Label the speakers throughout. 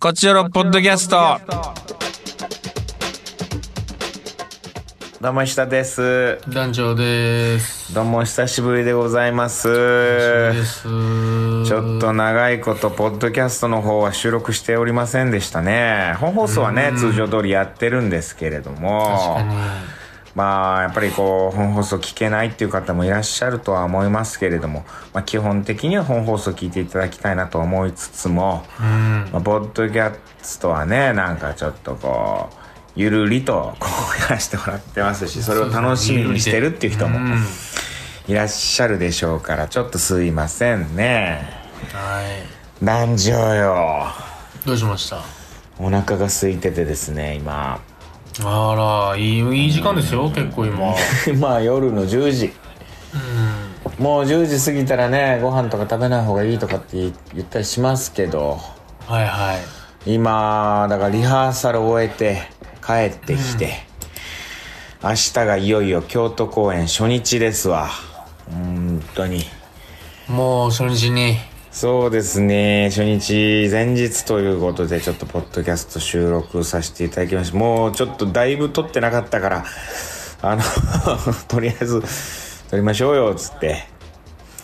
Speaker 1: こちらのポッドキャスト。
Speaker 2: どうも下です。
Speaker 3: 団長です。
Speaker 2: どうもお久しぶりでございます。
Speaker 3: です。
Speaker 2: ちょっと長いことポッドキャストの方は収録しておりませんでしたね。本放送はね通常通りやってるんですけれども、まあやっぱりこう本放送聞けないっていう方もいらっしゃるとは思いますけれども、まあ基本的には本放送聞いていただきたいなと思いつつも、
Speaker 3: うん。
Speaker 2: まあ、ポッドキャストはねなんかちょっとこうゆるりとこうやらせてもらってますしそれを楽しみにしてるっていう人もいらっしゃるでしょうからちょっとすいませんね
Speaker 3: は
Speaker 2: 男女よ
Speaker 3: い。どうしました
Speaker 2: お腹が空いててですね今
Speaker 3: あら、いい、いい時間ですよ、結構今。
Speaker 2: まあ夜の10時
Speaker 3: うん。
Speaker 2: もう10時過ぎたらねご飯とか食べない方がいいとかって言言ったりしますけど
Speaker 3: はいはい。
Speaker 2: 今だからリハーサル終えて帰ってきて、明日がいよいよ京都公演初日ですわ本当に
Speaker 3: もう初日に。
Speaker 2: そうですね初日前日ということでちょっとポッドキャスト収録させていただきましたもうちょっとだいぶ撮ってなかったからあの とりあえず撮りましょうよっつって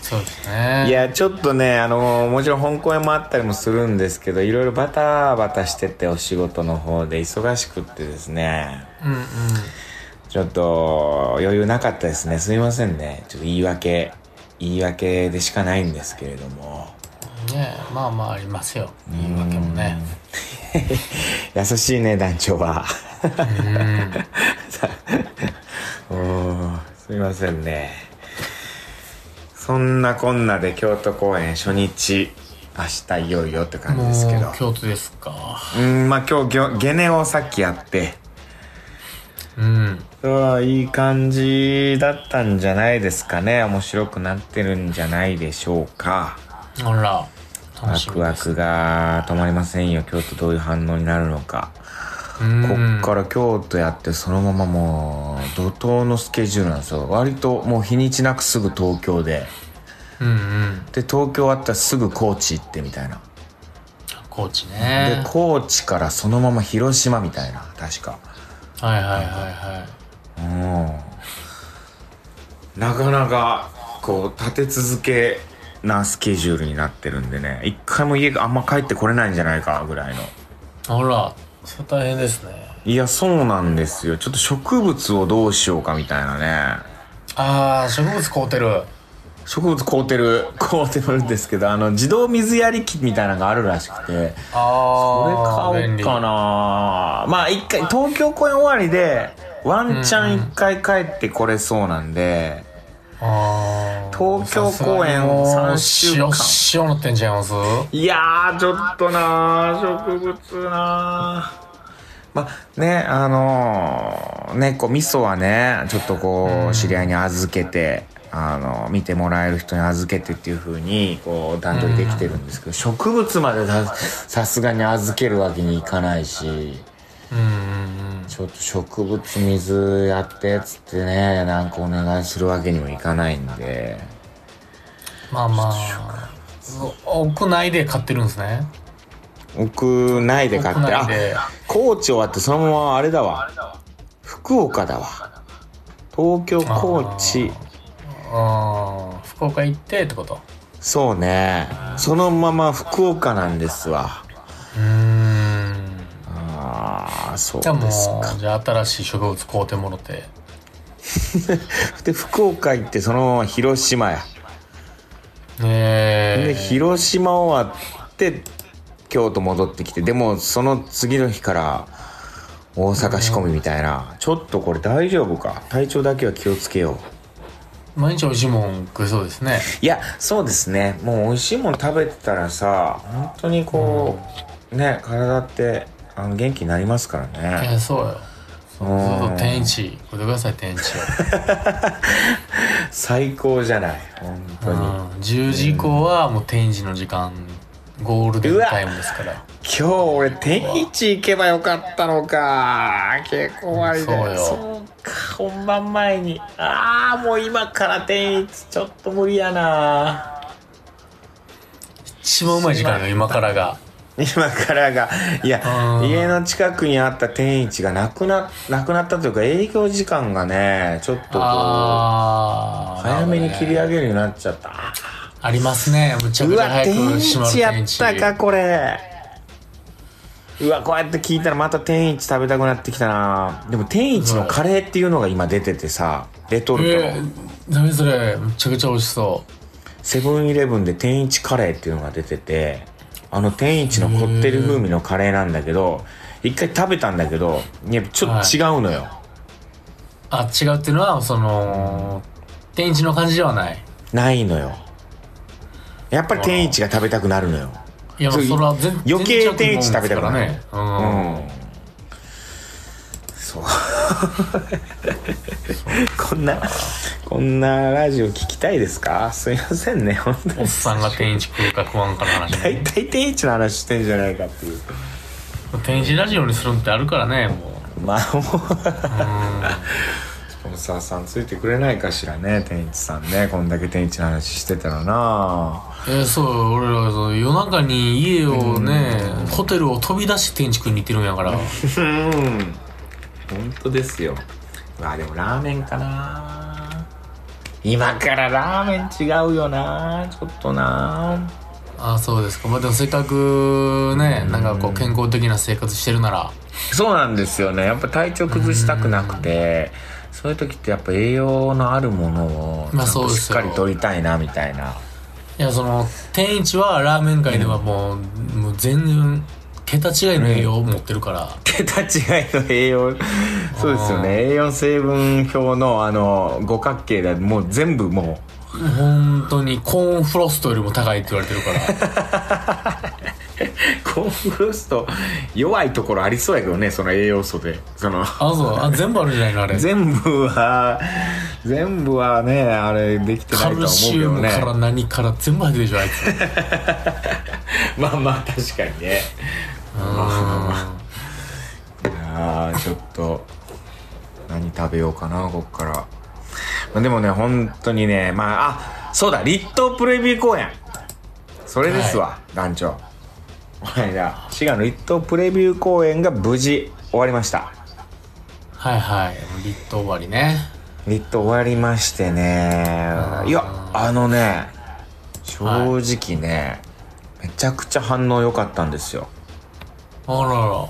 Speaker 3: そうですね。
Speaker 2: いやちょっとねあのもちろん本公演もあったりもするんですけどいろいろバタバタしててお仕事の方で忙しくってですね
Speaker 3: うんうん。
Speaker 2: ちょっと余裕なかったですねすいませんねちょっと言い訳言い訳でしかないんですけれども
Speaker 3: ねえまあまあありますよ。言い訳もね。
Speaker 2: 優しいね団長は
Speaker 3: うん。
Speaker 2: うーんすいませんねそんなこんなで京都公演初日明日いよいよって感じですけど
Speaker 3: もう京都ですか。
Speaker 2: うんまあ今日ぎょゲネをさっきやって
Speaker 3: うん。
Speaker 2: うんいい感じだったんじゃないですかね面白くなってるんじゃないでしょうか
Speaker 3: あら、楽
Speaker 2: ワ
Speaker 3: しみ
Speaker 2: ク
Speaker 3: で
Speaker 2: ワ
Speaker 3: す。
Speaker 2: クが止まりませんよ京都どういう反応になるのか、
Speaker 3: うん
Speaker 2: こっから京都やってそのままもう怒涛のスケジュールなんですよ割ともう日にちなくすぐ東京で
Speaker 3: うんうん。
Speaker 2: で東京あったらすぐ高知行ってみたいな
Speaker 3: 高知
Speaker 2: で
Speaker 3: ね。
Speaker 2: 高知からそのまま広島みたいな確か
Speaker 3: はいはいはいはい。
Speaker 2: うんなかなかこう立て続けなスケジュールになってるんでね一回も家があんま帰ってこれないんじゃないかぐらいの
Speaker 3: あら、それ大変ですね。
Speaker 2: いやそうなんですよちょっと植物をどうしようかみたいなね
Speaker 3: ああ、植物凍ってる。
Speaker 2: 植物凍ってる凍ってるんですけどあの自動水やり機みたいなのがあるらしくて
Speaker 3: ああ、
Speaker 2: これ買おうか
Speaker 3: な。
Speaker 2: なまあ一回東京公演終わりでワンチャン一回帰ってこれそうなんで、
Speaker 3: あー
Speaker 2: 東京公演を三週間
Speaker 3: さすがにもう塩、塩のってんちゃいます
Speaker 2: いやー、ちょっとなー、植物なー。まあ、ね、あのー、猫、味噌はね、ちょっとこう、知り合いに預けて、あの、見てもらえる人に預けてっていう風に、こう、段取りできてるんですけど、植物までささすがに預けるわけにいかないし、
Speaker 3: うんうん
Speaker 2: ちょっと植物水やってっつってね、なんかお願いするわけにもいかないんで、
Speaker 3: まあまあ。屋内で買ってるんですね。
Speaker 2: 屋内で買っ
Speaker 3: 屋
Speaker 2: て、あ
Speaker 3: 内、で。
Speaker 2: 高知終わってそのままあれだわ福岡だわ東京高知
Speaker 3: うん。福岡行ってってこと。
Speaker 2: そうねそのまま福岡なんですわ
Speaker 3: うーん。
Speaker 2: ああそう
Speaker 3: じゃあも
Speaker 2: ですか
Speaker 3: う、じゃあ新しい植物買うてもろて。
Speaker 2: で福岡行ってそのまま広島やで
Speaker 3: ねえ。
Speaker 2: 広島終わって京都戻ってきてでもその次の日から大阪仕込みみたいなちょっとこれ大丈夫か体調だけは気をつけよう
Speaker 3: 毎日美味しいもん食いそうですね。
Speaker 2: いやそうですねもう美味しいもん食べてたらさ本当にこう、ね体ってあの元気になりますからね
Speaker 3: えー、そうよ。ずっ
Speaker 2: う
Speaker 3: と
Speaker 2: ん
Speaker 3: 天一。これください、天一を。
Speaker 2: 最高じゃない本当に今
Speaker 3: うん、10時以降はもう天時の時間ゴールデンタイムですから
Speaker 2: 日俺天一行けばよかったのか稽古終わりで
Speaker 3: そうよ
Speaker 2: うか本番前にああもう今から天一ちょっと無理やな
Speaker 3: 一番うまい時間よ今からが
Speaker 2: 今からがいや
Speaker 3: うん
Speaker 2: 家の近くにあった天一がなくななくなったというか営業時間がねちょっとこう
Speaker 3: ああ。
Speaker 2: 早めに切り
Speaker 3: なるほ
Speaker 2: 上げ
Speaker 3: どね
Speaker 2: るようになっちゃった
Speaker 3: ありますね。むちゃ
Speaker 2: う
Speaker 3: くちゃ
Speaker 2: わ
Speaker 3: 早く
Speaker 2: 天
Speaker 3: 閉まる
Speaker 2: 一やったかこれうわこうやって聞いたらまた天一食べたくなってきたなでも天一のカレーっていうのが今出ててさレトルトの、
Speaker 3: えー、何それむちゃくちゃ美味しそ
Speaker 2: セブンイレブンで天一カレーっていうのが出ててあの天一のこってり風味のカレーなんだけど一回食べたんだけどいやちょっと違うのよ、
Speaker 3: うあ違うっていうのはその天一の感じではない
Speaker 2: ないのよやっぱり天一が食べたくなるのよ
Speaker 3: いやまあ
Speaker 2: そう
Speaker 3: それは全
Speaker 2: 余計
Speaker 3: 全然違うと思うん
Speaker 2: 天一食べたくなる
Speaker 3: ですから
Speaker 2: う
Speaker 3: ね
Speaker 2: んそう こんなこんなラジオ聞きたいですかすいませんね本当
Speaker 3: うんおっ
Speaker 2: に
Speaker 3: さんが天一食うか食わんかの話ね
Speaker 2: 大体天一の話してんじゃないかっていう
Speaker 3: 天一ラジオにするんってあるからねもう
Speaker 2: まあもう
Speaker 3: うん
Speaker 2: スポンサーさんついてくれないかしらね天一さんねこんだけ天一の話してたらな
Speaker 3: えーそう俺らそう夜中に家をねホテルを飛び出して天竺に行ってるんやか ら
Speaker 2: うん本当ですよまあでもラーメンかな今からラーメン違うよなちょっとな
Speaker 3: あそうですかまあでもせっかくねなんかこう健康的な生活してるなら
Speaker 2: そうなんですよねやっぱ体調崩したくなくてそういう時ってやっぱ栄養のあるものをち
Speaker 3: ま
Speaker 2: ゃ
Speaker 3: あ
Speaker 2: ん
Speaker 3: そ
Speaker 2: と
Speaker 3: うで
Speaker 2: し
Speaker 3: す
Speaker 2: っ
Speaker 3: よ
Speaker 2: かり取りたいなみたいな、
Speaker 3: いやその天一はラーメン界ではもう,、もう全然桁違いの栄養を持ってるから、
Speaker 2: 桁違いの栄養そうですよね栄養成分表のあの五角形だもう全部も
Speaker 3: 本当にコーンフロストよりも高いって言われて るから
Speaker 2: うコーンフロスト弱いところありそうやけどねその栄養素でその
Speaker 3: あそうあ全部あるんじゃないのあれ
Speaker 2: 全部は全部はねあれできてないと
Speaker 3: カ
Speaker 2: は思
Speaker 3: ル
Speaker 2: う
Speaker 3: シ
Speaker 2: け
Speaker 3: ウ
Speaker 2: ど
Speaker 3: ム
Speaker 2: ね
Speaker 3: から何から全部入ってるでしょあいつ
Speaker 2: まあまあ確かにね
Speaker 3: う
Speaker 2: あーちょっと何食べようかなこっから、まあ、でもね本当にねまああそうだ立東プレビュー公演それですわ、団長この間滋賀の立東プレビュー公演が無事終わりました
Speaker 3: んはいはい立冬終わりね
Speaker 2: 立東終わりましてねいやあのね正直ね、めちゃくちゃ反応良かったんですよ
Speaker 3: あらら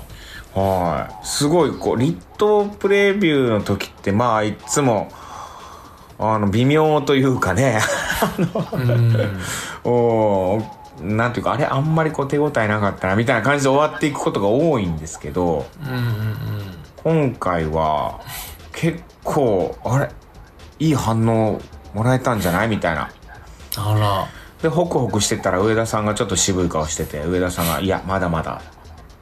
Speaker 2: はい。すごい、こう、立冬プレビューの時って、まあ、いつも、あの、微妙というかね、
Speaker 3: うん
Speaker 2: おーなんていうか、あれ、あんまりこう、手応えなかったな、みたいな感じで終わっていくことが多いんですけど、
Speaker 3: うんうんうん
Speaker 2: 今回は、結構、あれ、いい反応もらえたんじゃないみたいな。
Speaker 3: あ
Speaker 2: で、ホクホクしてたら、上田さんがちょっと渋い顔してて、上田さんが、いや、まだまだ、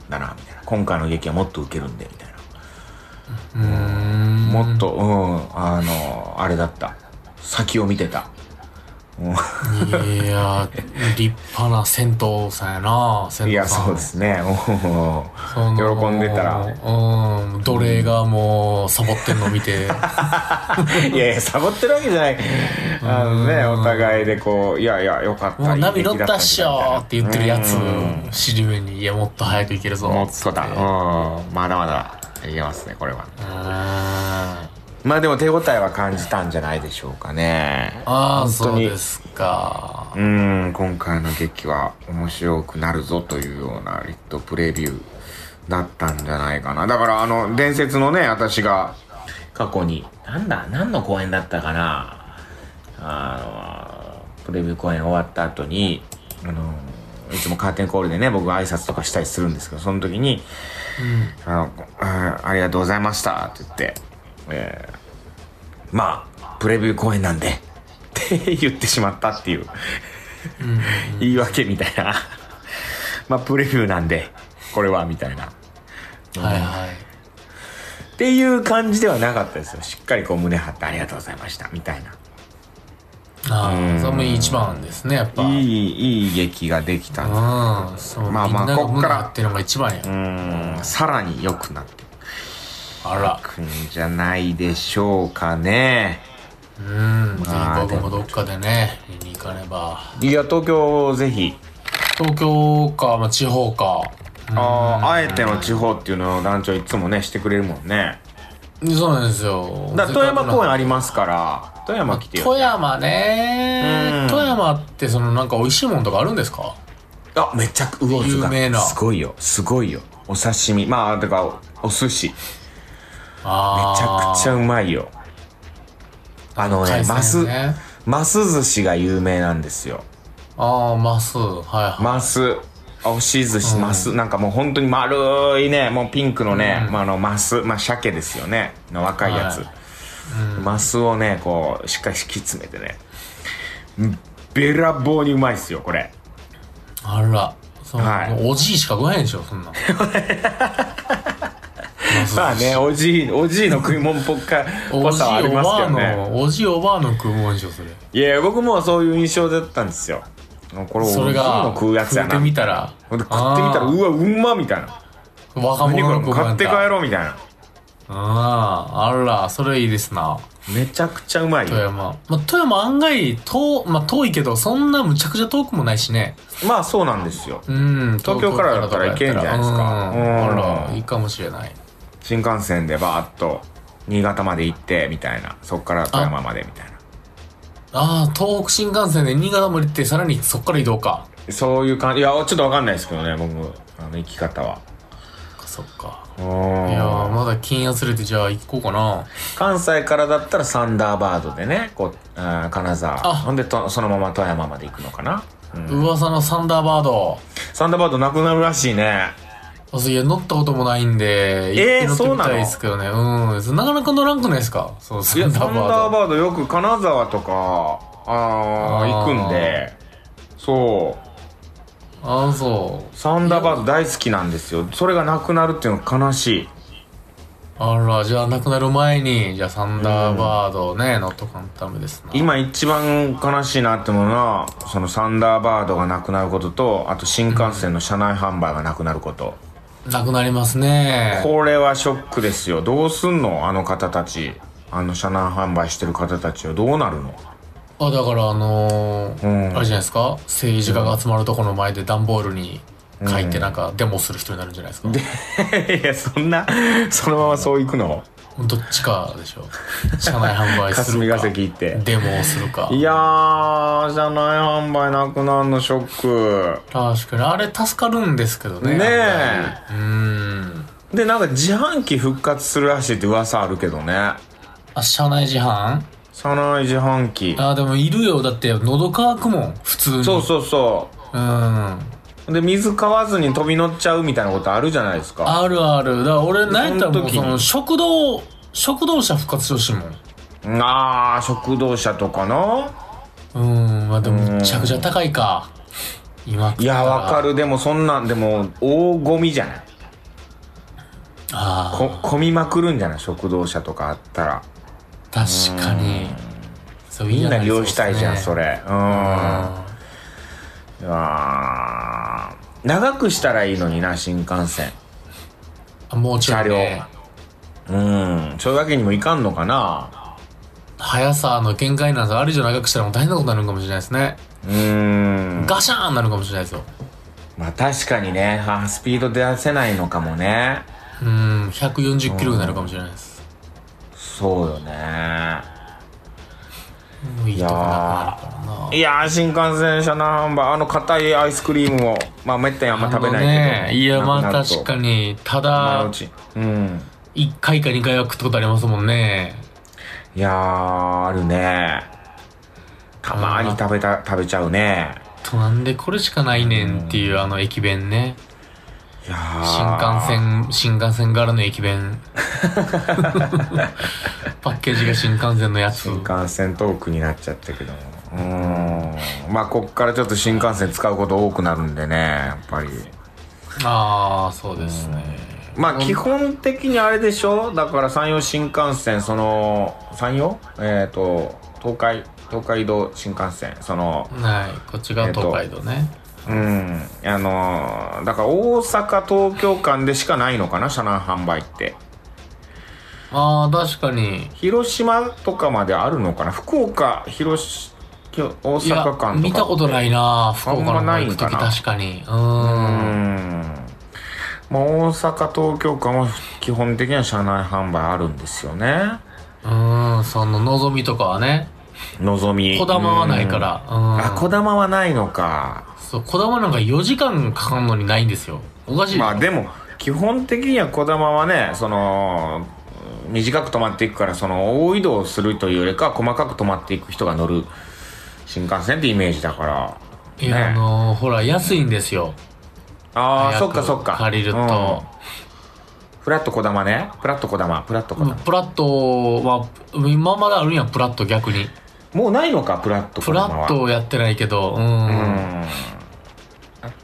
Speaker 2: だな、みたいな。今回の劇はもっと受けるんで、みたいな。
Speaker 3: らうーん
Speaker 2: もっとうんあのあれだった先を見てた、う、
Speaker 3: いや立派な銭湯さんやなん銭
Speaker 2: い
Speaker 3: 湯
Speaker 2: や
Speaker 3: さん
Speaker 2: そうですねうん
Speaker 3: その
Speaker 2: 喜んでたら
Speaker 3: うん奴隷がもうサボってんの見て
Speaker 2: いやいやサボってるわけじゃないあのね
Speaker 3: うん
Speaker 2: お互いでこういやいやよかっ
Speaker 3: も
Speaker 2: た
Speaker 3: う
Speaker 2: いい
Speaker 3: ナビ乗
Speaker 2: 出
Speaker 3: っ
Speaker 2: 来だ
Speaker 3: たっしょって言ってるやつ
Speaker 2: うん
Speaker 3: 尻目にいやもっと早く行けるぞ
Speaker 2: もっとだうんまだまだいけますねこれは
Speaker 3: うーんあ
Speaker 2: まあでも手応えは感じたんじゃないでしょうかね
Speaker 3: あ
Speaker 2: 本当
Speaker 3: そう
Speaker 2: に
Speaker 3: ですか
Speaker 2: うん今回の劇は面白くなるぞというようなリットプレビューだったんじゃないかなだからあの伝説のね私が過去になんだ何の公演だったかなあのプレビュー公演終わった後にあのいつもカーテンコールでね僕は挨拶とかしたりするんですけどその時に「あのあありがとうございました」って言って、えーまあプレビュー公演なんでって言ってしまったっていう言い訳みたいな まあプレビューなんでこれはみたいな
Speaker 3: はいはい
Speaker 2: っていう感じではなかったですよしっかりこう胸張ってありがとうございましたみたいな
Speaker 3: ああそれも一番ですねやっぱ
Speaker 2: い
Speaker 3: うん
Speaker 2: いいい劇ができたんで
Speaker 3: そう
Speaker 2: まあまあ
Speaker 3: みんなが
Speaker 2: こっから
Speaker 3: 胸張ってるのが一番
Speaker 2: う
Speaker 3: や
Speaker 2: ーんさらに良くなって
Speaker 3: あら
Speaker 2: くんじゃないでしょうかね
Speaker 3: うん、
Speaker 2: まあ
Speaker 3: 僕もどっかでね見に行かねば
Speaker 2: いや東京ぜひ
Speaker 3: 東京か、まあ、地方か。
Speaker 2: あああえての地方っていうのを団長いつもねしてくれるもんね
Speaker 3: そうなんですよ。
Speaker 2: だから富山公園ありますから富山来てよ
Speaker 3: 富山ね、
Speaker 2: うん
Speaker 3: 富山ってそのなんか美味しいものとかあるんですか
Speaker 2: あめちゃくうお
Speaker 3: 有名な
Speaker 2: すごいよすごいよお刺身まあだからおお寿司めちゃ
Speaker 3: あ
Speaker 2: くちゃうまいよあのねマス
Speaker 3: ね、
Speaker 2: マス寿司が有名なんですよ
Speaker 3: ああ、マス。はいは
Speaker 2: マス押し寿司、マスなんかもう本当に丸いねもうピンクのね、まあ、あのマスまあ鮭ですよねの若いやつ、
Speaker 3: は
Speaker 2: マスをねこうしっかり敷き詰めてねんべらぼうにうまいっすよこれ
Speaker 3: い。あら。そう
Speaker 2: はい
Speaker 3: おじいしか食わへんでしょ、そんなの。マス
Speaker 2: まあねおじいおじいの食い物っぽっかぽ
Speaker 3: おじい
Speaker 2: さはあり
Speaker 3: お
Speaker 2: ます
Speaker 3: ば
Speaker 2: け
Speaker 3: あ
Speaker 2: どね
Speaker 3: の、おじいおばあの食うもんでしょ、それ。
Speaker 2: いや僕もそういう印象だったんですよこれおじい
Speaker 3: それ
Speaker 2: の
Speaker 3: が、
Speaker 2: 食うやつやな
Speaker 3: 食
Speaker 2: 食っ
Speaker 3: ってみ
Speaker 2: て
Speaker 3: たら。
Speaker 2: みたらうわうまみたいな
Speaker 3: あー若
Speaker 2: 何こ
Speaker 3: 者の
Speaker 2: れ
Speaker 3: 食うもん
Speaker 2: 買
Speaker 3: や
Speaker 2: っ
Speaker 3: った
Speaker 2: て帰ろうみたいな
Speaker 3: ああ、あら、それいいですな。
Speaker 2: めちゃくちゃうまいよ
Speaker 3: 富山。まあ、富山案外、遠、まあ、遠いけど、そんなむちゃくちゃ遠くもないしね。
Speaker 2: まあそうなんですよ
Speaker 3: うん。
Speaker 2: 東京からだったら行けんじゃないですか
Speaker 3: うん
Speaker 2: うん
Speaker 3: あら、いいかもしれない。
Speaker 2: 新幹線でバーッと新潟まで行ってみたいなそっから富山までみたいな
Speaker 3: ああ、東北新幹線で新潟まで行って、さらにそっから移動か。
Speaker 2: そういう感じいやちょっと分かんないですけどね僕あの行き方は
Speaker 3: そっかそっか。
Speaker 2: う
Speaker 3: いやー、
Speaker 2: ん
Speaker 3: まだ金やつれて、じゃあ行こうかな。
Speaker 2: 関西からだったらサンダーバードでねこうあー金沢
Speaker 3: あ
Speaker 2: ほんでとそのまま富山まで行くのかな、うん
Speaker 3: 噂のサンダーバード。
Speaker 2: サンダーバードなくなるらしいね
Speaker 3: あそういや、乗ったこともないんで、
Speaker 2: えー
Speaker 3: 行って乗ってみたいですけどね。うん。なかなか乗らんくないですかそう、サ
Speaker 2: いや
Speaker 3: ンダー
Speaker 2: サ
Speaker 3: バ
Speaker 2: ン
Speaker 3: ード。
Speaker 2: ダーバードよく金沢とかあー
Speaker 3: あー
Speaker 2: 行くんでそう
Speaker 3: ああ、そう。
Speaker 2: サンダーバード大好きなんですよそれがなくなるっていうのは悲しい
Speaker 3: あら、じゃあ亡くなる前に、じゃあサンダーバードをね、乗っとかんためですな。
Speaker 2: 今一番悲しいなって思うのはそのサンダーバードがなくなることとあと新幹線の車内販売がなくなること、
Speaker 3: なくなりますね。
Speaker 2: これはショックですよどうすんのあの方たちあの車内販売してる方たちはどうなるの
Speaker 3: あ、だからあのー
Speaker 2: うん
Speaker 3: あれじゃないですか政治家が集まるとこの前で段ボールに書いてなんかデモする人になるんじゃないですか、
Speaker 2: いやそんなそのままそういくの
Speaker 3: どっちかでしょ。車内販売す
Speaker 2: 霞
Speaker 3: る
Speaker 2: が
Speaker 3: か、
Speaker 2: 関行って
Speaker 3: デモをするか。
Speaker 2: いやー車内販売なくなるのショック
Speaker 3: 確かに、あれ助かるんですけどね。
Speaker 2: ねえ
Speaker 3: 案外うん。
Speaker 2: でなんか自販機復活するらしいって噂あるけどね
Speaker 3: あ、車内自販
Speaker 2: 車内自販機
Speaker 3: あ、でもいるよ。だって喉乾くもん、普通に。
Speaker 2: そうそうそう
Speaker 3: うん。あ
Speaker 2: で水買わずに飛び乗っちゃうみたいなことあるじゃないですか
Speaker 3: るある。だから俺、なんやったらもう
Speaker 2: その時に
Speaker 3: その食堂、食堂車復活してほしいもん。
Speaker 2: ああ食堂車とかな
Speaker 3: うん、まあでもむちゃくちゃ高いか。今
Speaker 2: いやわか
Speaker 3: る。
Speaker 2: るでもそんなんでも大ゴミじゃない
Speaker 3: あ
Speaker 2: こ混みまくるんじゃない食堂車とかあったら
Speaker 3: あ、確かに。そう、み
Speaker 2: みんな利用したいじゃんそ
Speaker 3: れ。
Speaker 2: れうんいやー長くしたらいいのにな新幹線
Speaker 3: あもうちょっと、ね
Speaker 2: 車、うんそういうわけにもいかんのかな
Speaker 3: 速さの限界なんですよあれ以上長くしたらもう大変なことになるかもしれないですね。
Speaker 2: うん
Speaker 3: ガシャーンなるかもしれないですよ。
Speaker 2: まあ確かにねあースピード出せないのかもね
Speaker 3: うん、140キロになるかもしれないです。
Speaker 2: そうよね
Speaker 3: もういいとこなくなるからな。
Speaker 2: いやー新幹線車内販売あの硬いアイスクリームをまあめったにあんま食べないけど
Speaker 3: あのね、いや、まあ確か
Speaker 2: に
Speaker 3: に、た
Speaker 2: 前のう
Speaker 3: だ、
Speaker 2: ちうん
Speaker 3: 1回か2回は食ったことありますもんね。
Speaker 2: いやーあるねたまーに食べた食べちゃうね
Speaker 3: となんでこれしかないねんっていうあの駅弁ね。
Speaker 2: いや
Speaker 3: 新幹線新幹線からの 駅弁パッケージが新幹線のやつ
Speaker 2: 新幹線トークになっちゃったけどもうーんまあこっからちょっと新幹線使うこと多くなるんでねやっぱり
Speaker 3: ああそうですね
Speaker 2: まあ基本的にあれでしょだから山陽新幹線その山陽えっ、と東海東海道新幹線その
Speaker 3: はいこっちが東海道ね、
Speaker 2: うんあのーだから大阪東京間でしかないのかな車内販売って
Speaker 3: ああ確かに
Speaker 2: 広島とかまであるのかな福岡広しきょ大
Speaker 3: いや
Speaker 2: 阪間とか
Speaker 3: 見たことないな福
Speaker 2: あ
Speaker 3: 岡の
Speaker 2: んま
Speaker 3: 方
Speaker 2: ない
Speaker 3: 行
Speaker 2: ん
Speaker 3: く
Speaker 2: か
Speaker 3: 時
Speaker 2: な
Speaker 3: 確かにう
Speaker 2: うんまあ、大阪東京間は基本的には車内販売あるんですよね
Speaker 3: うんその望みとかはね
Speaker 2: のぞみ
Speaker 3: こだまはないか
Speaker 2: うん
Speaker 3: らうん
Speaker 2: あこだまはないのか
Speaker 3: そうこだまなんか4時間かかんのにないんですよおかしいでしょ
Speaker 2: まあでも基本的にはこだまはねその短く止まっていくからその大移動するというよりかは細かく止まっていく人が乗る新幹線ってイメージだから
Speaker 3: いや、
Speaker 2: ね
Speaker 3: あのーほら安いんですよ
Speaker 2: ああ
Speaker 3: 早
Speaker 2: そ
Speaker 3: く
Speaker 2: っかそっか
Speaker 3: 借りると、
Speaker 2: うんフラットこだまねフラットこだまフラットこだま、
Speaker 3: プラットは今まであるんやプラット逆に
Speaker 2: もうないのかプラットこ
Speaker 3: プ
Speaker 2: だ
Speaker 3: ラ
Speaker 2: ま
Speaker 3: ッ
Speaker 2: は
Speaker 3: トやってないけどう、
Speaker 2: うんん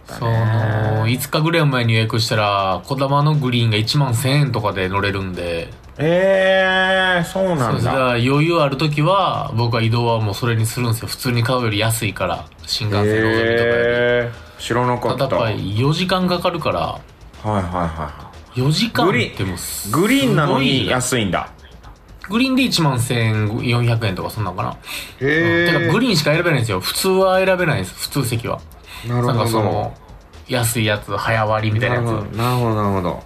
Speaker 3: その5日ぐらい前に予約したらこだまのグリーンが1万1000円とかで乗れるんで
Speaker 2: ええー、そうな
Speaker 3: そうんですだか
Speaker 2: だ
Speaker 3: ら余裕ある時は僕は移動はもうそれにするんですよ普通に買うより安いから新幹線のぞみとかより、
Speaker 2: ええー、知らなか
Speaker 3: た
Speaker 2: っ
Speaker 3: だ
Speaker 2: た
Speaker 3: やっぱり4時間かかるから
Speaker 2: はいはいは
Speaker 3: 4時間
Speaker 2: グリーン
Speaker 3: ってもうす
Speaker 2: いグリーンなの
Speaker 3: すご
Speaker 2: に
Speaker 3: いよ
Speaker 2: 安いんだ
Speaker 3: グリーンで1万1400円とかそんなんかな、
Speaker 2: へ
Speaker 3: てかグリーンしか選べないんですよ普通は選べないです普通席は
Speaker 2: ーなる
Speaker 3: なん
Speaker 2: ほ
Speaker 3: かそ
Speaker 2: ど
Speaker 3: の安いやつ早割りみたいなやつ
Speaker 2: なるほどなるほど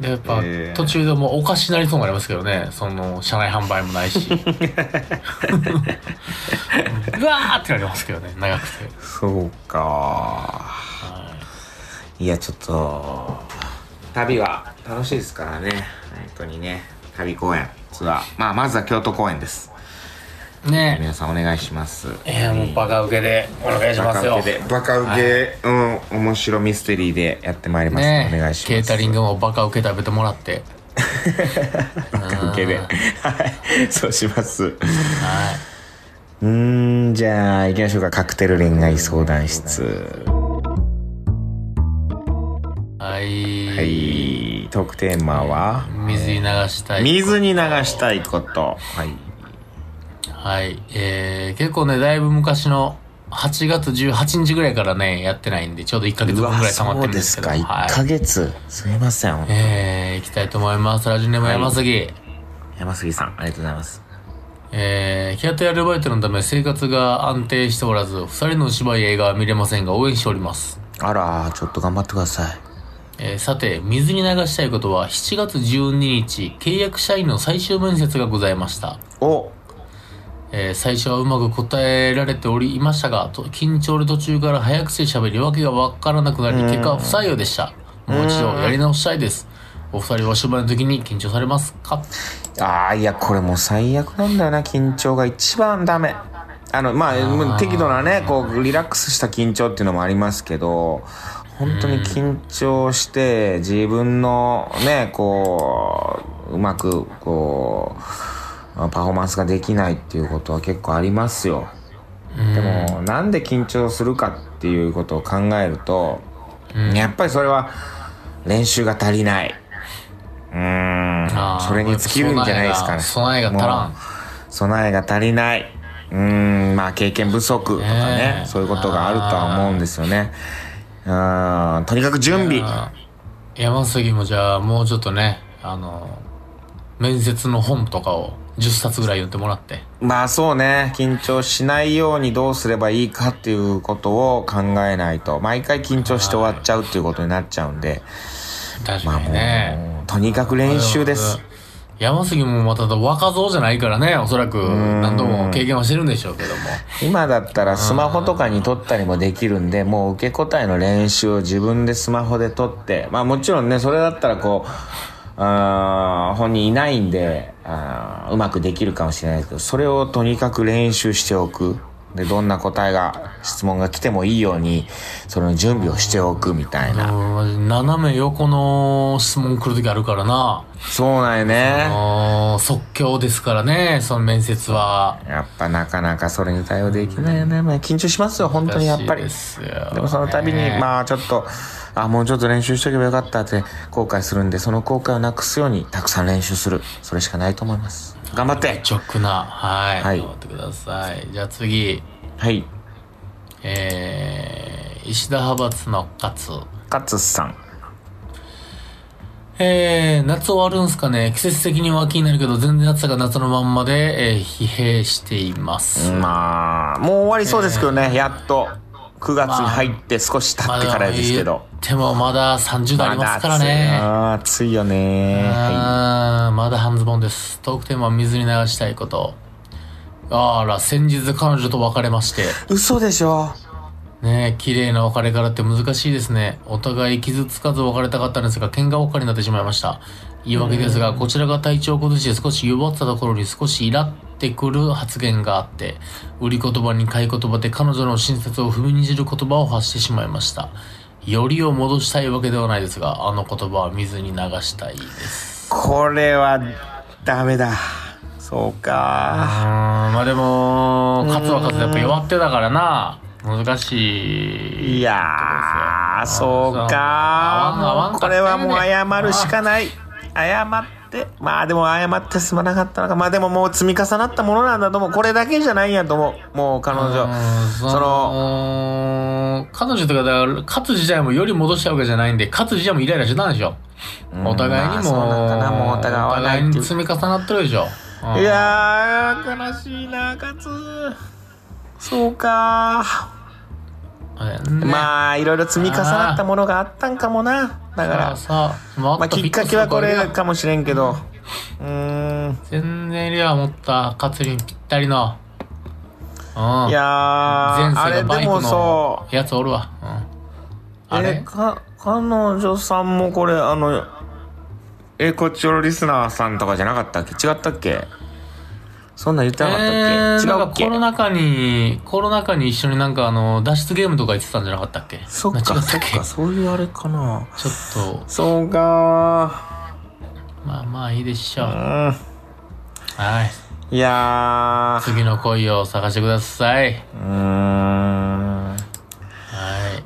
Speaker 3: でやっぱ
Speaker 2: えー
Speaker 3: 途中でもうおかしなりそうになりますけどねその車内販売もな いしうわーってなりますけどね長くて
Speaker 2: そうかいやちょっと旅は楽しいですからね本当にね旅公演ツアーまあまずは京都公演です
Speaker 3: ね
Speaker 2: 皆さんお願いします
Speaker 3: ええーもうバカ受けでお願いしますよ
Speaker 2: バカ受けでバカ受け、うん面白ミステリーでやってまいります、
Speaker 3: ね
Speaker 2: お願いします
Speaker 3: ケータリングもバカ受け食べてもらって
Speaker 2: バカ受けではいそうしますう
Speaker 3: はい
Speaker 2: ーんじゃあ行きましょうかカクテル恋愛相談室
Speaker 3: はい、
Speaker 2: はいトークテーマは
Speaker 3: 水に流したい
Speaker 2: 水に流したいことはい
Speaker 3: はいえー、結構ねだいぶ昔の8月18日ぐらいからねやってないんでちょうど1ヶ月
Speaker 2: う
Speaker 3: 分
Speaker 2: わ
Speaker 3: ぐらい溜まっ
Speaker 2: そ
Speaker 3: て
Speaker 2: う
Speaker 3: るん
Speaker 2: で
Speaker 3: です
Speaker 2: す
Speaker 3: けど
Speaker 2: か
Speaker 3: はい
Speaker 2: 1ヶ月、すみません、
Speaker 3: えー、行きたいと思います。ラジオネーム山崎。
Speaker 2: 山杉さんありがとうございます
Speaker 3: えー、キャットやアルバイトのため生活が安定しておらず、二人の芝居や映画は見れませんが応援しております。
Speaker 2: あらちょっと頑張ってください
Speaker 3: えー、さて、水に流したいことは、7月12日、契約社員の最終面接がございました。
Speaker 2: お
Speaker 3: えー、最初はうまく答えられておりいましたが、と緊張で途中から早口で喋り、訳がわからなくなり、結果は不採用でした。もう一度やり直したいです。お二人はお芝居の時に緊張されますか
Speaker 2: あーいやこれもう最悪なんだよな緊張が一番ダメあのまあもう適度なねこうリラックスした緊張っていうのもありますけど本当に緊張して自分のねこううまくこうパフォーマンスができないっていうことは結構ありますよでもなんで緊張するかっていうことを考えると、やっぱりそれは練習が足りない。うー
Speaker 3: あ
Speaker 2: ん、
Speaker 3: ー
Speaker 2: それに尽きるんじゃないですかね。
Speaker 3: 備えが備えが足らん
Speaker 2: もう備えが足りない。うーん、まあ経験不足とかね
Speaker 3: ね、え
Speaker 2: そういうことがあるとは思うんですよね。うーん、とにかく準備。
Speaker 3: あ山杉もじゃあもうちょっとねあの面接の本とかを10冊ぐらい読んでもらって
Speaker 2: まあそうね、緊張しないようにどうすればいいかっていうことを考えないと、毎回緊張して終わっちゃうっていうことになっちゃうんで、
Speaker 3: 確
Speaker 2: ま
Speaker 3: か
Speaker 2: あも
Speaker 3: に
Speaker 2: う、
Speaker 3: ね、
Speaker 2: とにかく練習です。
Speaker 3: 山杉もまた若造じゃないからねおそらく何度も経験はしてるんでしょうけども
Speaker 2: 今だったらスマホとかに撮ったりもできるんでもう受け答えの練習を自分でスマホで撮ってまあもちろんねそれだったらこうあー本人いないんであーうまくできるかもしれないですけどそれをとにかく練習しておくでどんな答えが質問が来てもいいようにその準備をしておくみたいな
Speaker 3: うん斜め横の質問来る時あるからな
Speaker 2: そうなんよ
Speaker 3: あ
Speaker 2: ね
Speaker 3: の即興ですからねその面接は
Speaker 2: やっぱなかなかそれに対応できないよね、まあ、緊張しますよ本当にやっぱり
Speaker 3: 難しいですよ
Speaker 2: でもその度に、
Speaker 3: ね
Speaker 2: まあちょっと、あ、もうちょっと練習しとけばよかったって後悔するんで、その後悔をなくすようにたくさん練習する。それしかないと思います。頑張って
Speaker 3: 直なはい、
Speaker 2: はい
Speaker 3: 頑張ってくださいじゃあ次
Speaker 2: はい。
Speaker 3: えー、石田派閥の勝
Speaker 2: 勝さん。
Speaker 3: えー、夏終わるんすかね季節的には秋になるけど、全然暑さが夏のまんまで、えー疲弊しています。
Speaker 2: まあもう終わりそうですけどね、やっと9月に入って少し経ってからですけど、
Speaker 3: でもまだ30度ありますからね。
Speaker 2: まだ暑いよ暑いよねは
Speaker 3: あーまだ半ズボンです。トークテーマは水に流したいこと。あら、先日彼女と別れまして。
Speaker 2: い嘘でしょ
Speaker 3: ねえ、綺麗な別れからって難しいですね。お互い傷つかず別れたかったんですが、喧嘩ばっかりになってしまいました。言い訳ですが、こちらが体調を崩して少し弱ってたところに少しイラってくる発言があって、売り言葉に買い言葉で彼女の親切を踏みにじる言葉を発してしまいました。よりを戻したいわけではないですが、あの言葉は水に流したいです。
Speaker 2: これはダメだそうか
Speaker 3: あーまあでも、勝つは勝つでやっぱ弱ってたからな、難しい。
Speaker 2: いやーそう
Speaker 3: 合わん合わん
Speaker 2: かも
Speaker 3: かったね
Speaker 2: うこれはもう謝るしかない謝ってまあでも謝ってすまなかったのかまあでももう積み重なったものなんだと思うこれだけじゃないんやと思うもう彼女
Speaker 3: うん
Speaker 2: そ
Speaker 3: の彼女とかだから勝つ自体もより戻したわけじゃないんで勝つ自体もイライラしてたんでしょお互いにも、
Speaker 2: まあそうなんかなもうお互い合わないっていう
Speaker 3: お互に積み重なってるでしょ、うん
Speaker 2: いやー悲しいな勝つそうか
Speaker 3: ね
Speaker 2: まあいろいろ積み重なったものがあったんかもなだから
Speaker 3: さあさもっと
Speaker 2: まあ
Speaker 3: フ
Speaker 2: き
Speaker 3: ィ
Speaker 2: っ
Speaker 3: ット
Speaker 2: か
Speaker 3: す
Speaker 2: け
Speaker 3: る
Speaker 2: はこ
Speaker 3: 子いるよ
Speaker 2: れかもしれんけどうーん
Speaker 3: 全然いるよもった勝つにぴったりのうん
Speaker 2: いやー
Speaker 3: 前
Speaker 2: あれで
Speaker 3: 世がバイク
Speaker 2: もそう
Speaker 3: のやつおるわ、うん、あ
Speaker 2: え
Speaker 3: れ
Speaker 2: か彼女さんもこれあのえこっちのリスナーさんとかじゃなかったっけ違ったっけそんなん言ってなかったっけ、
Speaker 3: えー、
Speaker 2: 違
Speaker 3: な
Speaker 2: うんっ
Speaker 3: か
Speaker 2: け
Speaker 3: コロナ禍にコロナ禍に一緒になんかあの脱出ゲームとか言ってたんじゃなかったっけ
Speaker 2: そっ
Speaker 3: な違
Speaker 2: か
Speaker 3: った
Speaker 2: そ
Speaker 3: っ
Speaker 2: っ
Speaker 3: け
Speaker 2: かそういうあれかな
Speaker 3: ちょっと
Speaker 2: そうか
Speaker 3: まあまあいいでしょう、
Speaker 2: ー
Speaker 3: はい
Speaker 2: うんいやー
Speaker 3: 次の恋を探してください
Speaker 2: ー
Speaker 3: う
Speaker 2: ん
Speaker 3: はい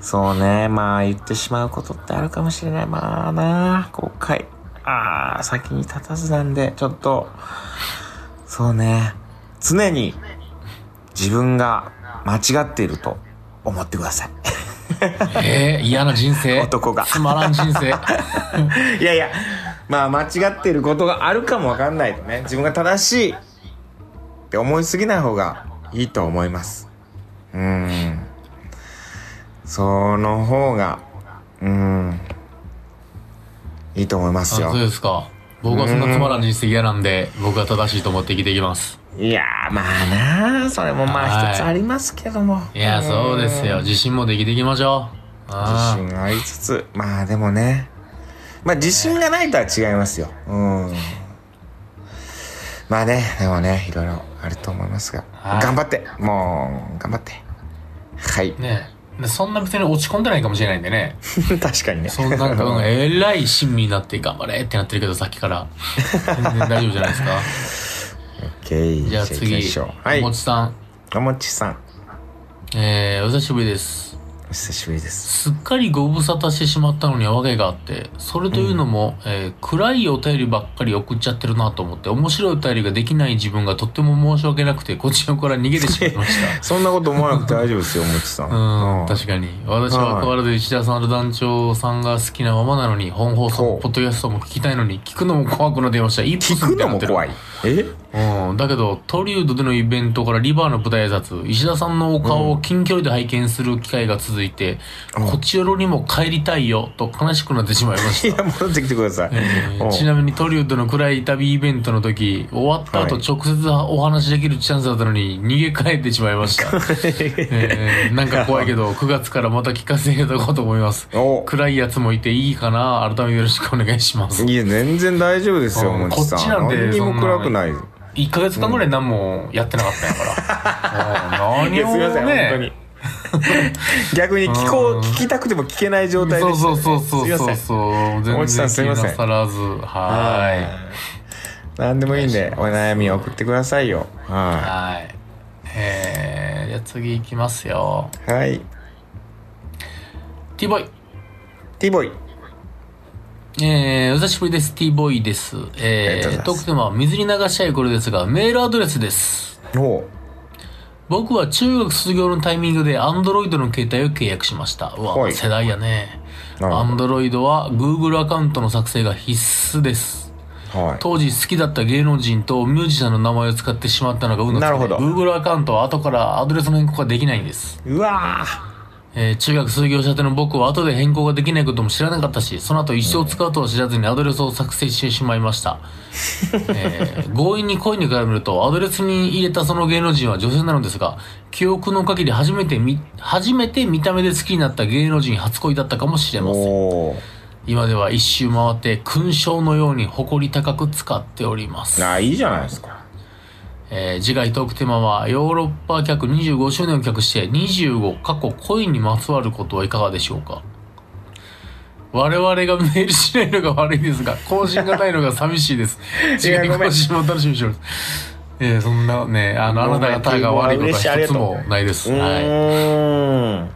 Speaker 2: そうねまあ言ってしまうことってあるかもしれないまあな後悔ああ先に立たずなんでちょっとそうね常に自分が間違っていると思ってくださ
Speaker 3: えー、嫌な人生
Speaker 2: 男が
Speaker 3: つまらん人 生
Speaker 2: いいやいやまあ間違っていることがあるかもわかんないとね自分が正しいって思いすぎない方がいいと思いますうんその方がうんいいと思いま
Speaker 3: あ
Speaker 2: すよ
Speaker 3: そうですか僕はそんなつまらん人生嫌なんで僕は正しいと思って生きていきます
Speaker 2: いやーまあなあそれもま
Speaker 3: は
Speaker 2: あ
Speaker 3: い
Speaker 2: 一つありますけども
Speaker 3: いやそうですよ
Speaker 2: ん
Speaker 3: 自信もできていきましょうあ
Speaker 2: 自信ありつつまあでもねまあ自信がないとは違いますようんまあねでもねいろいろあると思いますが
Speaker 3: はい
Speaker 2: 頑張ってもう頑張って はい
Speaker 3: あねえそんな別に落ち込んでないかもしれないんでね
Speaker 2: 確かにね
Speaker 3: そんなんか、 うんえらい親身になって頑張れってなってるけど、さっきから。全然大丈夫じゃないで すか。
Speaker 2: OK
Speaker 3: じゃあ
Speaker 2: 行きま
Speaker 3: 次、
Speaker 2: しょうはい
Speaker 3: おもちさん。
Speaker 2: おもちさん
Speaker 3: えー、お久しぶりです。
Speaker 2: お久しぶりです
Speaker 3: すっかりご無沙汰してしまったのには訳があって、それというのも、えー暗いお便りばっかり送っちゃってるなと思って、面白いお便りができない自分がとっても申し訳なくて、こっちの子から逃げてしまいました。
Speaker 2: そんなこと思わなくて大丈夫ですよおもちさん
Speaker 3: うん、
Speaker 2: うん
Speaker 3: 確かに。私は変わらず石田さんと団長さんが好きなままなのに、本放
Speaker 2: ほ
Speaker 3: 送
Speaker 2: う、
Speaker 3: ポッドキャストも聞きたいのに、聞くのも怖くなっていました。聞
Speaker 2: 聞くのも 怖いえ
Speaker 3: うん、だけど、トリウッドでのイベントからリバーの舞台挨拶、石田さんのお顔を近距離で拝見する機会が続いて、こっちよろにも帰りたいよ、と悲しくなってしまいま
Speaker 2: い
Speaker 3: し
Speaker 2: や
Speaker 3: た。
Speaker 2: 戻ってきてください
Speaker 3: えー
Speaker 2: うん
Speaker 3: ちなみにトリウッドの暗い旅イベントの時、終わった後
Speaker 2: はい
Speaker 3: 直接お話しできるチャンスだったのに、逃げ帰ってしまいま した。えーなんか怖いけど、9月からまた聞かせていただこうと思います。
Speaker 2: お
Speaker 3: 暗いやつもいていいかな改めてよろしくお願いします。
Speaker 2: いや全然大丈夫ですよ
Speaker 3: うん
Speaker 2: おもちさん
Speaker 3: こっちなんで
Speaker 2: 何にも暗くない
Speaker 3: 1ヶ月間ぐらい何もやってなかったんやから。うん
Speaker 2: い
Speaker 3: 何
Speaker 2: や
Speaker 3: を
Speaker 2: すいません、
Speaker 3: ね、
Speaker 2: 本当に 逆に聞こう聞きたくても聞けない状態でした
Speaker 3: そうそうそう
Speaker 2: すい
Speaker 3: そう
Speaker 2: ま
Speaker 3: そ
Speaker 2: せ
Speaker 3: うんそう
Speaker 2: 大
Speaker 3: 全
Speaker 2: 内さん
Speaker 3: 然気
Speaker 2: すいま
Speaker 3: に
Speaker 2: せん
Speaker 3: なさらずは
Speaker 2: 何でもいいんでお悩み送ってくださいよ
Speaker 3: い
Speaker 2: は
Speaker 3: はいえー、じゃあ次いきますよ
Speaker 2: いはい
Speaker 3: T ボーイ
Speaker 2: T ボーイ
Speaker 3: えー、お久しぶりです T ボーイです
Speaker 2: あり
Speaker 3: え
Speaker 2: がとうござい
Speaker 3: ー、
Speaker 2: ます
Speaker 3: トークテーマは水に流したい頃ですがメールアドレスです
Speaker 2: おう
Speaker 3: 僕は中学卒業のタイミングで Android の携帯を契約しました。うわ、
Speaker 2: はい
Speaker 3: 世代やね。
Speaker 2: なるほど
Speaker 3: Android は Google アカウントの作成が必須です。
Speaker 2: はい。
Speaker 3: 当時好きだった芸能人とミュージシャンの名前を使ってしまったのが運の
Speaker 2: なるほど
Speaker 3: Google アカウントは後からアドレスの変更ができないんです。
Speaker 2: うわー
Speaker 3: えー中学卒業したての僕は後で変更ができないことも知らなかったし、その後一生使うとは知らずにアドレスを作成してしまい ました。えー強引に恋に比べると、アドレスに入れたその芸能人は女性なのですが、記憶の限り初めて見、初めて見た目で好きになった芸能人初恋だったかもしれません。
Speaker 2: おー
Speaker 3: 今では一周回って勲章のように誇り高く使っております、
Speaker 2: あ、いいじゃないですか。
Speaker 3: えー次回トークテーマはヨーロッパ客25周年を客して25過去恋にまつわることはいかがでしょうか我々がメールしないのが悪いですが更新がないのが寂しいです 次回更新も楽しみにしておりますえーそんなねあのあなた方が悪いことは一つもないです
Speaker 2: う
Speaker 3: は
Speaker 2: ーん。
Speaker 3: い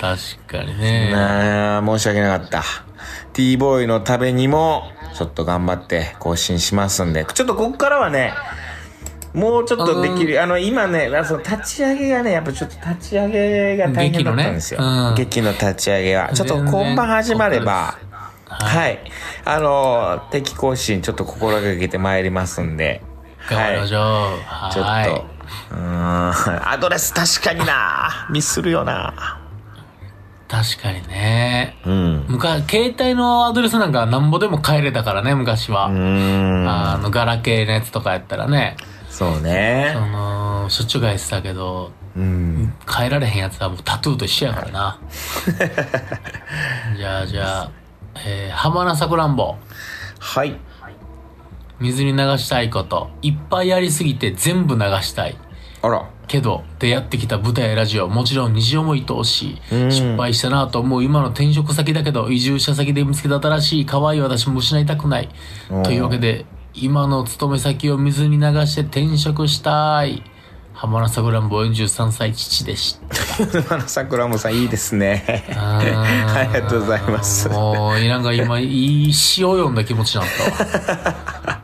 Speaker 3: 確かにね
Speaker 2: なあ、申し訳なかった。t ボーイのためにも、ちょっと頑張って更新しますんで、ちょっとここからはね、もうちょっとできる、あの、今ね、あその立ち上げがね、やっぱちょっと立ち上げが大変だったんですよ。
Speaker 3: 劇
Speaker 2: 劇
Speaker 3: のね
Speaker 2: の,、
Speaker 3: うん
Speaker 2: 立ち上げは。ちょっと
Speaker 3: 全然
Speaker 2: 本番始まれば、
Speaker 3: は
Speaker 2: はい、あの、定期更新ちょっと心がけてまいりますんで、
Speaker 3: 頑張
Speaker 2: は
Speaker 3: りま
Speaker 2: い
Speaker 3: し。ょう
Speaker 2: ちょっと、
Speaker 3: はいう
Speaker 2: ーん、アドレス確かになミスするよな
Speaker 3: 確かにね
Speaker 2: うん。
Speaker 3: 昔、携帯のアドレスなんかなんぼでも変えれたからね、昔は。
Speaker 2: うーん。
Speaker 3: あの、ガラケーのやつとかやったらね、
Speaker 2: そうね
Speaker 3: そ。の、しょっちゅう返してたけど、
Speaker 2: うん。
Speaker 3: 変えられへんやつはもうタトゥーと一緒やから な。じゃあじゃあ、えー、浜名さくらんぼ。
Speaker 2: はい。
Speaker 3: 水に流したいこと。いっぱいやりすぎて全部流したい。
Speaker 2: あら。
Speaker 3: けど出会ってきた舞台やラジオもちろん日常も愛おしい、
Speaker 2: うん
Speaker 3: 失敗したなと思う今の転職先だけど移住者先で見つけた新しい可愛い私も失いたくない
Speaker 2: うん
Speaker 3: というわけで今の勤め先を水に流して転職したい浜名サグランボ43歳父でした
Speaker 2: 沼の桜もさんいいですね。
Speaker 3: あ
Speaker 2: ありがとうございます。
Speaker 3: もうなんか今いい詩を読んだ気持ちになった わ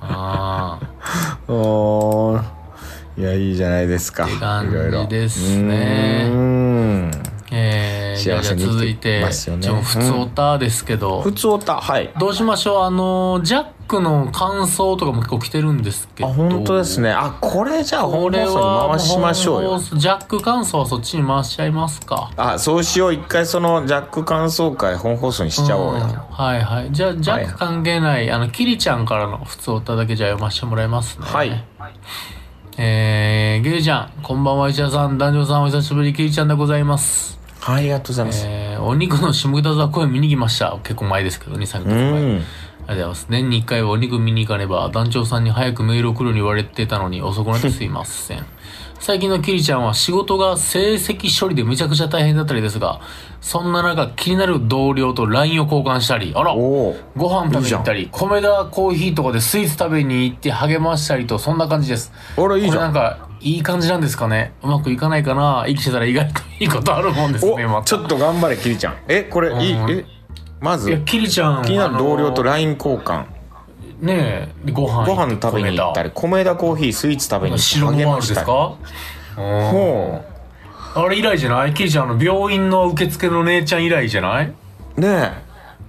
Speaker 3: あ ー
Speaker 2: おーいや、いいじゃないですか。
Speaker 3: て感じ
Speaker 2: いろいろ
Speaker 3: ですね
Speaker 2: うーん。
Speaker 3: えー、じゃあ
Speaker 2: 幸せに生きて
Speaker 3: 続いて、
Speaker 2: ますよね
Speaker 3: ちょ普通オタですけど、
Speaker 2: 普通おた、はい。
Speaker 3: どうしましょうあの、ジャックの感想とかも結構来てるんですけ
Speaker 2: あ、
Speaker 3: ど。
Speaker 2: 本当ですね。あ、これじゃあ
Speaker 3: こ
Speaker 2: 本
Speaker 3: れ
Speaker 2: 放
Speaker 3: は
Speaker 2: 送に回しましょう
Speaker 3: 本
Speaker 2: よ。
Speaker 3: 放送ジャック感想はそっちに回しちゃいますか。
Speaker 2: あ、そうしよう。一回そのジャック感想会本放送にしちゃおう
Speaker 3: うん
Speaker 2: よ。
Speaker 3: はいはい。じゃあ、ジャック関係ない、あの、キリちゃんからの普通歌だけじゃあ読ませてもらいますね。
Speaker 2: はい。
Speaker 3: えー、ゲイちゃん、こんばんは、石田さん、男女さん、お久しぶり、キリちゃんでございます。
Speaker 2: はい、ありがとうございます。
Speaker 3: えー、お肉の下北沢公演見に来ました。結構前ですけど、2、3ヶ月
Speaker 2: う
Speaker 3: 前。
Speaker 2: ん。
Speaker 3: ありがとうございます。年に1回はお肉見に行かねば、団長さんに早くメール送るように言われてたのに遅くなってすいませ ん。最近のキリちゃんは仕事が成績処理でめちゃくちゃ大変だったりですが、そんな中気になる同僚と LINE を交換したり、あら
Speaker 2: おー
Speaker 3: ご飯食べに行ったり、米田コーヒーとかでスイーツ食べに行って励ましたりと、そんな感じです。
Speaker 2: あら、いいじ
Speaker 3: これ
Speaker 2: ゃ
Speaker 3: なん
Speaker 2: ん。
Speaker 3: か、いい感じなんですかねうまくいかないかな生きてたら意外と いいことあるもんですね、ま
Speaker 2: お、
Speaker 3: た
Speaker 2: ちょっと頑張れ、キリちゃん。え、これ、いい、
Speaker 3: うん
Speaker 2: え、まず
Speaker 3: いや、、キリちゃん。
Speaker 2: 気になる同僚と
Speaker 3: あの
Speaker 2: LINE 交換。
Speaker 3: ねえ、ご飯
Speaker 2: ご
Speaker 3: 行って
Speaker 2: 飯食べに行ったり、米田コーヒー、スイーツ食べに行
Speaker 3: 白ご
Speaker 2: って、
Speaker 3: 飯ですかうん
Speaker 2: ほ。
Speaker 3: あれ以来じゃないキリちゃんあの病院の受付の姉ちゃん以来じゃないう
Speaker 2: ね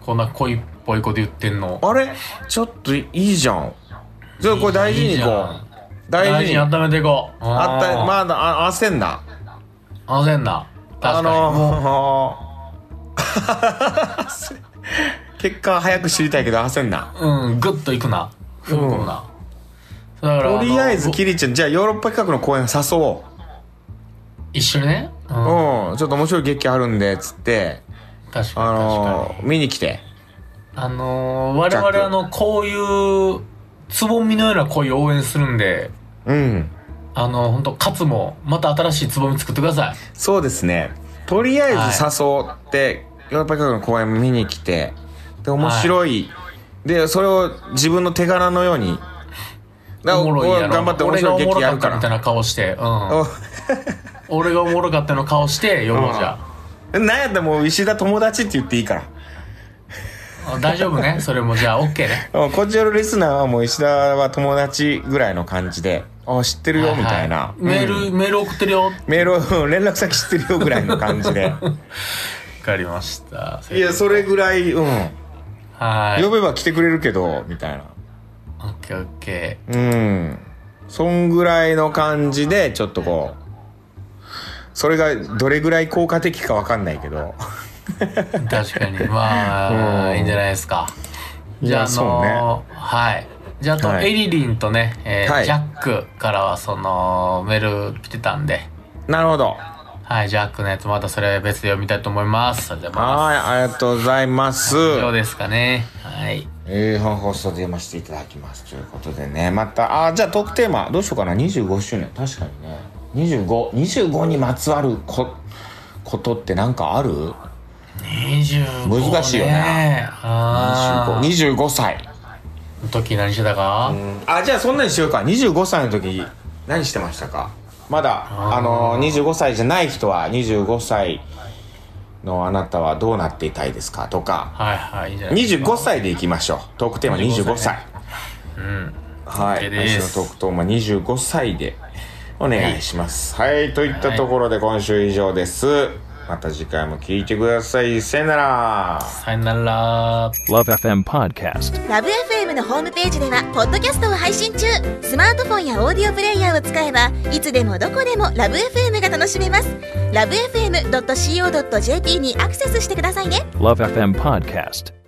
Speaker 3: こんな恋っぽいこと言ってんの
Speaker 2: え、あれちょっといいじゃん。ちょっとこれ大事にいこ。
Speaker 3: いう
Speaker 2: 大
Speaker 3: 大事
Speaker 2: 事
Speaker 3: に
Speaker 2: に。
Speaker 3: 温めていこう
Speaker 2: あった、
Speaker 3: あ
Speaker 2: まだ、あ、焦んな。
Speaker 3: ー焦んな
Speaker 2: あ
Speaker 3: 確かに
Speaker 2: のー、 結果早く知りたいけど焦んな。
Speaker 3: うんグッといくな踏み込むな、だから
Speaker 2: とりあえず、
Speaker 3: の
Speaker 2: キリちゃん、じゃあヨーロッパ企画の公演誘お
Speaker 3: 一緒にね、うん
Speaker 2: う。うん、ちょっと面白い劇あるんで、つって、
Speaker 3: 確か
Speaker 2: あ
Speaker 3: に確
Speaker 2: の
Speaker 3: か
Speaker 2: ー、
Speaker 3: に
Speaker 2: 見に来て。
Speaker 3: あのー我々あのこういうつぼみのような恋を応援するんで
Speaker 2: うん。
Speaker 3: あの本当カツもまた新しいつぼみ作ってください
Speaker 2: そうですね。とりあえず誘って、ヨーロッパ企画の公演見に来て、で、面白い。で、それを自分の手柄のように、だ
Speaker 3: おもろいやろ
Speaker 2: 頑張って面白い
Speaker 3: 俺がおも
Speaker 2: 劇
Speaker 3: ろ
Speaker 2: や
Speaker 3: か
Speaker 2: る
Speaker 3: った
Speaker 2: か
Speaker 3: みたい
Speaker 2: ら。
Speaker 3: な顔して、うん、俺がおもろかったの顔して呼ぼうじゃ
Speaker 2: うん なんやったらもう石田友達って言っていいから。
Speaker 3: あ大丈夫ねそれもじゃあ OK ね
Speaker 2: うんこっちのリスナーはもう石田は友達ぐらいの感じで、あ、知ってるよみたいな
Speaker 3: は。いメール、メール送ってるよ
Speaker 2: メールを、連絡先知ってるよぐらいの感じで。
Speaker 3: かりました。
Speaker 2: いや、それぐらい、うん。
Speaker 3: はい。
Speaker 2: 呼
Speaker 3: オッ
Speaker 2: べば来てくれるけど、みたいな。
Speaker 3: ケーオッケー。
Speaker 2: うん。そんぐらいの感じで、ちょっとこう、それがどれぐらい効果的かわかんないけど。
Speaker 3: 確かに。まあ、
Speaker 2: うん
Speaker 3: いいんじゃないですか。じゃあ、あ
Speaker 2: いやそうね
Speaker 3: のーはい。じゃあ、あと、
Speaker 2: はい
Speaker 3: エリリンとね、えー
Speaker 2: はい
Speaker 3: ジャックからは、その、メール来てたんで、
Speaker 2: なるほど。
Speaker 3: はい、ジャックのやつ、またそれ別で読みたいと思います。ありがとうございます。
Speaker 2: はい、ありがとうございます。
Speaker 3: 以上ですかね。はい。
Speaker 2: えー、本放送で読ませていただきますということでねまたあーじゃあトークテーマどうしようかな25周年確かにね2525にまつわるこことってなんかある
Speaker 3: 25ね。
Speaker 2: 難しいよね
Speaker 3: あ
Speaker 2: 25,
Speaker 3: ー
Speaker 2: 25歳
Speaker 3: 時何してたか
Speaker 2: あじゃあそんなにしようか25歳の時何してましたかまだあのー25歳じゃない人は25歳のあなたはどうなっていたいですかとか
Speaker 3: はいはい、いいんじゃないですか。
Speaker 2: 25歳でいきましょうトークテーマ25
Speaker 3: 25
Speaker 2: 歳
Speaker 3: 歳ねうん。
Speaker 2: は
Speaker 3: OK
Speaker 2: い、
Speaker 3: で
Speaker 2: 来
Speaker 3: す
Speaker 2: 週のトークトーマ25歳でお願いします。はい、といったところで今週以上です。また次回も聞いてください。さよなら。
Speaker 3: さよなら。
Speaker 1: Love FM Podcast.
Speaker 4: ラブ f m のホームページではポッドキャストを配信中スマートフォンやオーディオプレイヤーを使えばいつでもどこでもラブ f m が楽しめますラブ FM.co.jp にアクセスしてくださいね
Speaker 1: Love FM Podcast.